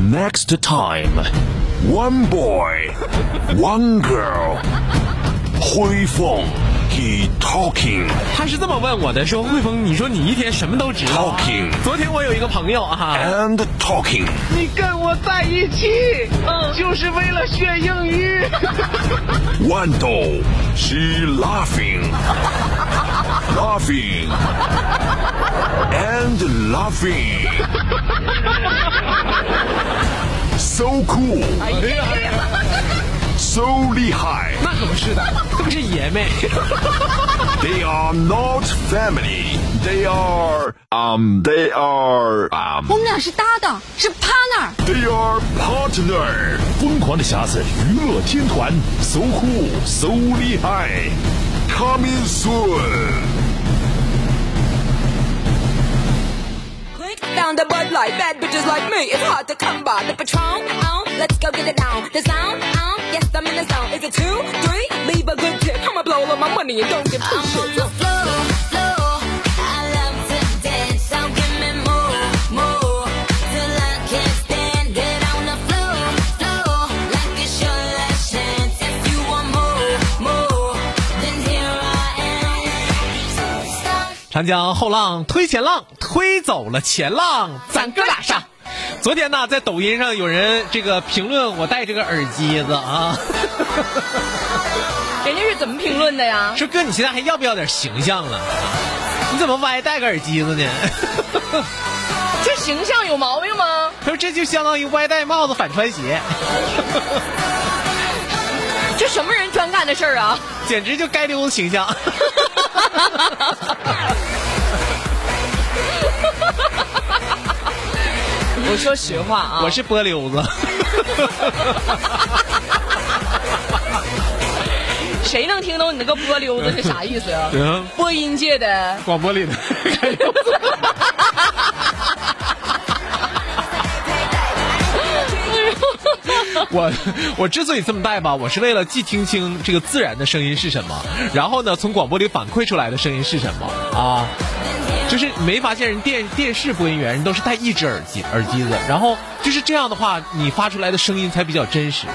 Next time, one boy, one girl. 辉凤，he talking 他是这么问我的，说汇丰，你说你一天什么都知道啊、 Talking 哎昨天我有一个朋友啊， and talking。你跟我在一起，就是为了学英语。 Wando, she laughing, laughing, and laughing. So cool, so 厉害。那可不是的，他们是爷们。 They are not family. They are um. They are um. 我们俩是搭档，是 partner。 They are partner. 疯狂的匣子娱乐天团，so cool, so 厉害。Coming soon. Click down the Bud Light, bad bitches like me. It's hard to come by. The Patron, on, let's go get it down. The sound, on, yes, I'm in the zone. Is it two, three? Leave a good tip. I'ma blow all my money and don't give a shit. Stop. 长江后浪推前浪，推走了前浪，咱哥俩上。昨天呢，在抖音上有人这个评论我戴这个耳机子啊，人家是怎么评论的呀？说哥你现在还要不要点形象了？你怎么歪戴个耳机子呢？这形象有毛病吗？他说这就相当于歪戴帽子反穿鞋，这什么人专干的事儿啊？简直就该溜子形象。我说实话啊，我是波溜子，谁能听懂你那个波溜子是啥意思啊？嗯播音界的广播里的。我我之所以这么戴吧，我是为了既听清这个自然的声音是什么，然后呢，从广播里反馈出来的声音是什么啊？就是没发现人电电视播音员人都是戴一只耳机耳机子，然后就是这样的话，你发出来的声音才比较真实。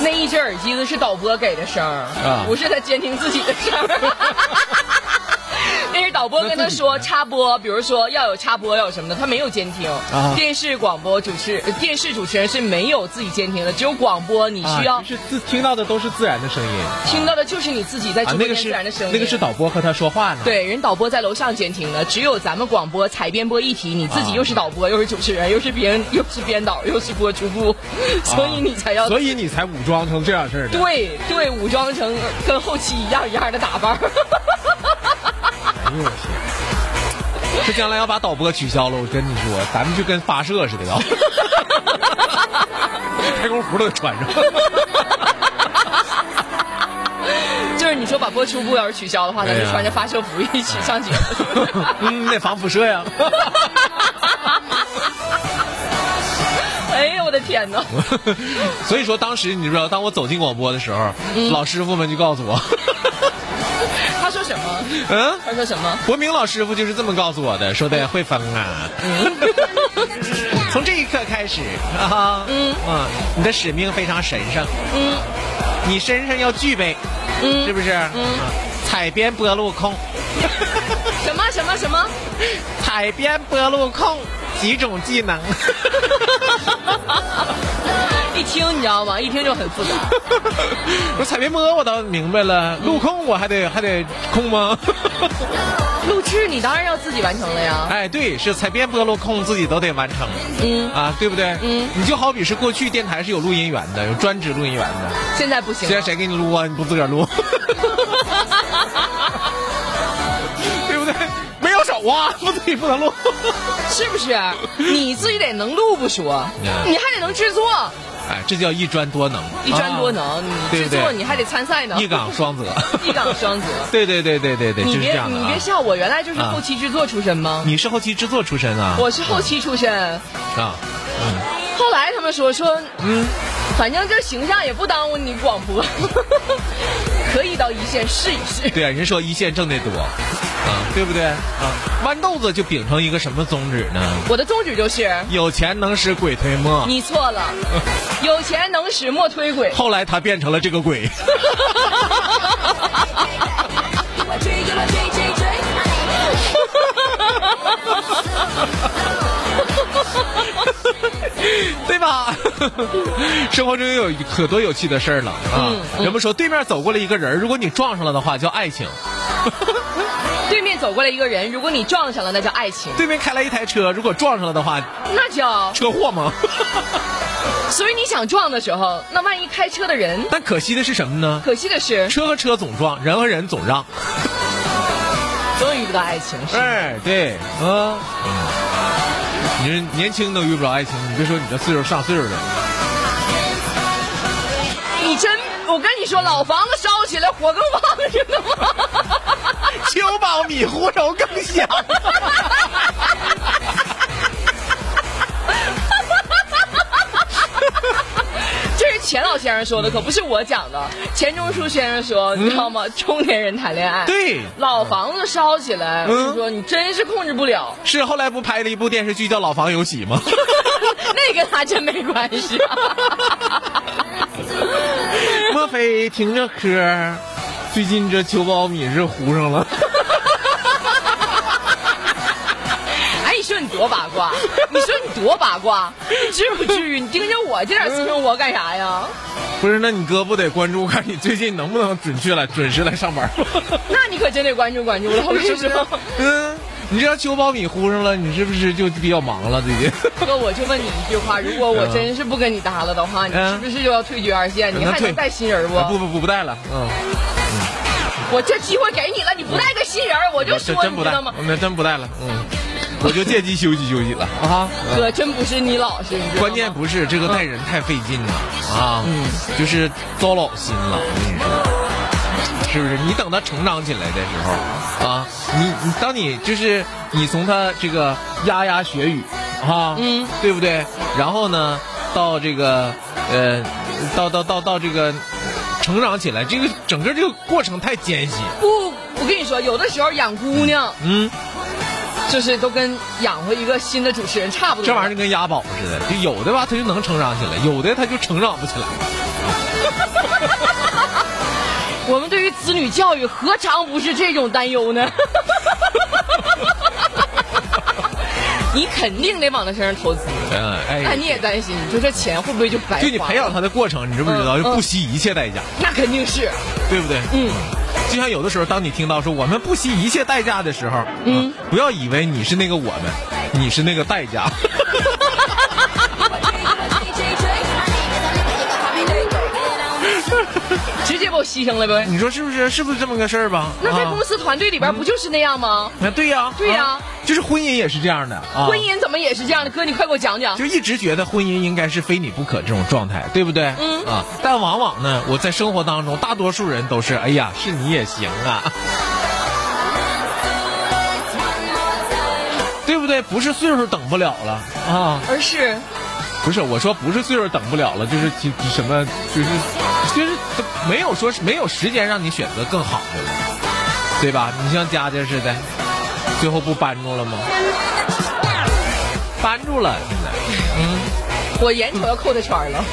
那一只耳机子是导播给的声儿，啊不是他监听自己的声 儿。那是导播跟他说插播，比如说要有插播，要有什么的，他没有监听。啊电视广播主持，呃电视主持人是没有自己监听的，只有广播你需要啊、就是自听到的都是自然的声音听到的就是你自己在啊直，播那个间自是然的声音。那个是导播和他说话呢。对，人导播在楼上监听的，只有咱们广播采编播一体，你自己啊又是导播，又是主持人，又是别人，又是编导，又是播出部，所以你才要。啊所以你才武装成这样式儿的。对对，武装成跟后期一样一样的打 扮儿。这将来要把导播取消了，我跟你说，咱们就跟发射似的 要。开空服都得穿上。 就是你说把播出部要是取消的话，咱对就呀穿着发射服一起上节目。 嗯，得防辐射呀。哎呀，我的天哪！所以说，当时你知道，当我走进广播的时候，老师傅们就告诉 我，他说什么？嗯，他说什么？国明老师傅就是这么告诉我的，说的会疯啊。 从这一刻开始啊，嗯啊，你的使命非常神圣，嗯，你身上要具备，嗯，是不是？嗯，采编播路控，什么什么什么？采编播路控几种技能，一听你知道吗？一听就很复杂。 我采编播我倒明白了，嗯路控我还得还得控 吗？录制你当然要自己完成了呀。哎，对，是采编播路控自己都得完成，嗯啊，对不对？嗯，你就好比是过去电台是有录音员的，有专职录音员的，现在不现行在了。谁给你录啊？你不自个儿 录，对不对？没有手啊， 我自己不能录。是不是？你自己得能录不说，嗯你还得能制作，哎，这叫一专多能，一专多啊能，你对制不对作你还得参赛呢，。一岗双责 一岗双责。对对对对对对，就你是这别样的你啊别。笑我，原来就是啊后期制作出身吗？你是后期制作出身啊？我是后期出身，啊，后来他们说说，嗯，反正这形象也不耽误你 广播，可以到一线试一试。对啊，人说一线挣得多，对不对？啊，豌豆子就秉承一个什么宗旨呢？我的宗旨就是，有钱能使鬼推磨。你错了，有钱能使磨推鬼。后来他变成了这个鬼。 对吧？ 生活中有可多有趣的事儿了啊！嗯人们说对面走过来一个人儿，如果你撞上了的话，叫爱情；对面走过来一个人，如果你撞上了，那叫爱情，对面开来一台车，如果撞上了的话，那叫。车祸吗？ 所以你想撞的时候，那万一开车的人，但可惜的是什么呢？可惜的是，车和车总撞，人和人总让。终于遇不到爱情。是吧哎，对，啊，你这年轻都遇不着爱情，你别说你这岁数上岁数了，你真，我跟你说，老房子烧起来火更旺，你知道吗？秋宝米糊粥更香。这是钱老先生说的，可不是我讲的。钱钟书先生说，你知道吗？中年人谈恋爱，嗯对老房子烧起来，我跟嗯你说，你真是控制 不了，是后来不拍了一部电视剧叫《老房有喜》 吗？那跟他真没关系。 莫非听这歌，最近这秋苞米是糊上 了？哎，你说你多八卦，你说你多八卦，至不至于？你盯着我这点私生活干啥 呀？不是，那你哥不得关注，看你最近能不能准确来、准时来上班？那你可真得关注关注了，我跟你说。 嗯，你这要秋苞米糊上了，你是不是就比较忙了？最近哥，我就问你一句话，如果我嗯真是不跟你搭了的话，你嗯是不是就要退居二线？ 你还能带新人啊不不？不不不带了，嗯，我这机会给你了，你不带个新人，我就这说，真你不知带道吗，？那真不带了，嗯，我就借机休息休息了啊。哥，真不是你老实，你知道吗关键不是这个带人太费劲了嗯啊，就是糟老心了，我跟你说，是不是？你等他成长起来的时候啊，你你当你就是你从他这个牙牙学语啊，嗯，对不对？然后呢，到这个呃，到到到到这个成长起来，这个整个这个过程太艰辛，不，我跟你说，有的时候养姑娘，嗯，就是都跟养活一个新的主持人差不多。这玩意儿就跟押宝似的，就有的吧他就能成长起来，有的他就成长不起来。我们对于子女教育何尝不是这种担忧呢？ 你肯定得往他身上投资，嗯，哎，但你也担心，你说这钱会不会就白花？就你培养，他的过程，你知不知道？嗯嗯就不惜一切代价，那肯定是。对不对？嗯，就像有的时候，当你听到说我们不惜一切代价的时候，嗯，不要以为你是那个我们，你是那个代价。直接把我牺牲了呗。 你说是不是？是不是这么个事儿吧？那在啊嗯公司团队里边不就是那样吗？那对呀、对呀啊就是婚姻也是这样的啊。婚姻怎么也是这样的？哥，你快给我讲讲。就一直觉得婚姻应该是非你不可这种状态，对不对？嗯啊，但往往呢，我在生活当中，大多数人都是，哎呀，是你也行啊， 对不对？不是岁数等不了了啊，而是不是我说不是岁数等不了了，就是其什么，就是就是没有说是没有时间让你选择更好的了，对吧？你像佳佳似的，最后不搬住了吗？搬住了，现在。我眼瞅要扣他圈儿了。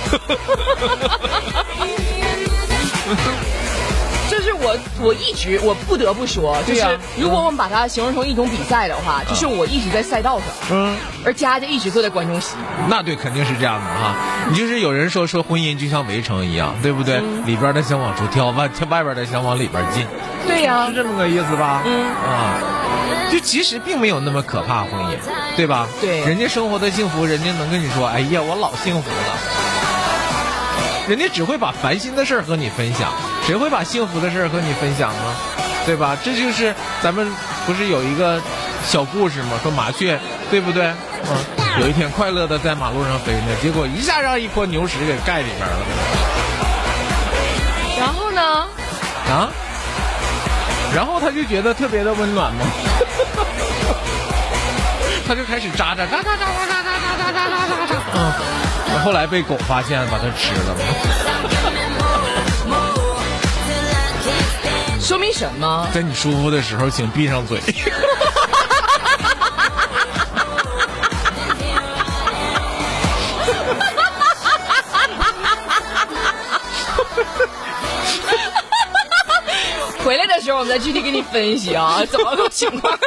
就是我，我一直我不得不说，就对呀是如果我们把它形容成一种比赛的话，就是我一直在赛道上，嗯，而佳佳一直坐在观众席。那对，肯定是这样的哈。你就是有人说说婚姻就像围城一样，对不对？里边的想往出跳，外外边的想往里边进，对呀、是这么个意思吧？嗯啊，就其实并没有那么可怕，婚姻，对吧？对人家生活的幸福，人家能跟你说，哎呀，我老幸福了。人家只会把烦心的事儿和你分享，谁会把幸福的事儿和你分享呢？对吧？这就是咱们不是有一个小故事吗？说麻雀，对不对？嗯，有一天快乐的在马路上飞呢，结果一下让一坨牛屎给盖里边了然后呢，啊！然后他就觉得特别的温暖嘛，他就开始扎扎扎扎扎扎扎扎扎扎扎扎，嗯，后来被狗发现把它吃了嘛。说明什么？在你舒服的时候，请闭上嘴。回来的时候我们再具体给你分析啊，怎么个情况？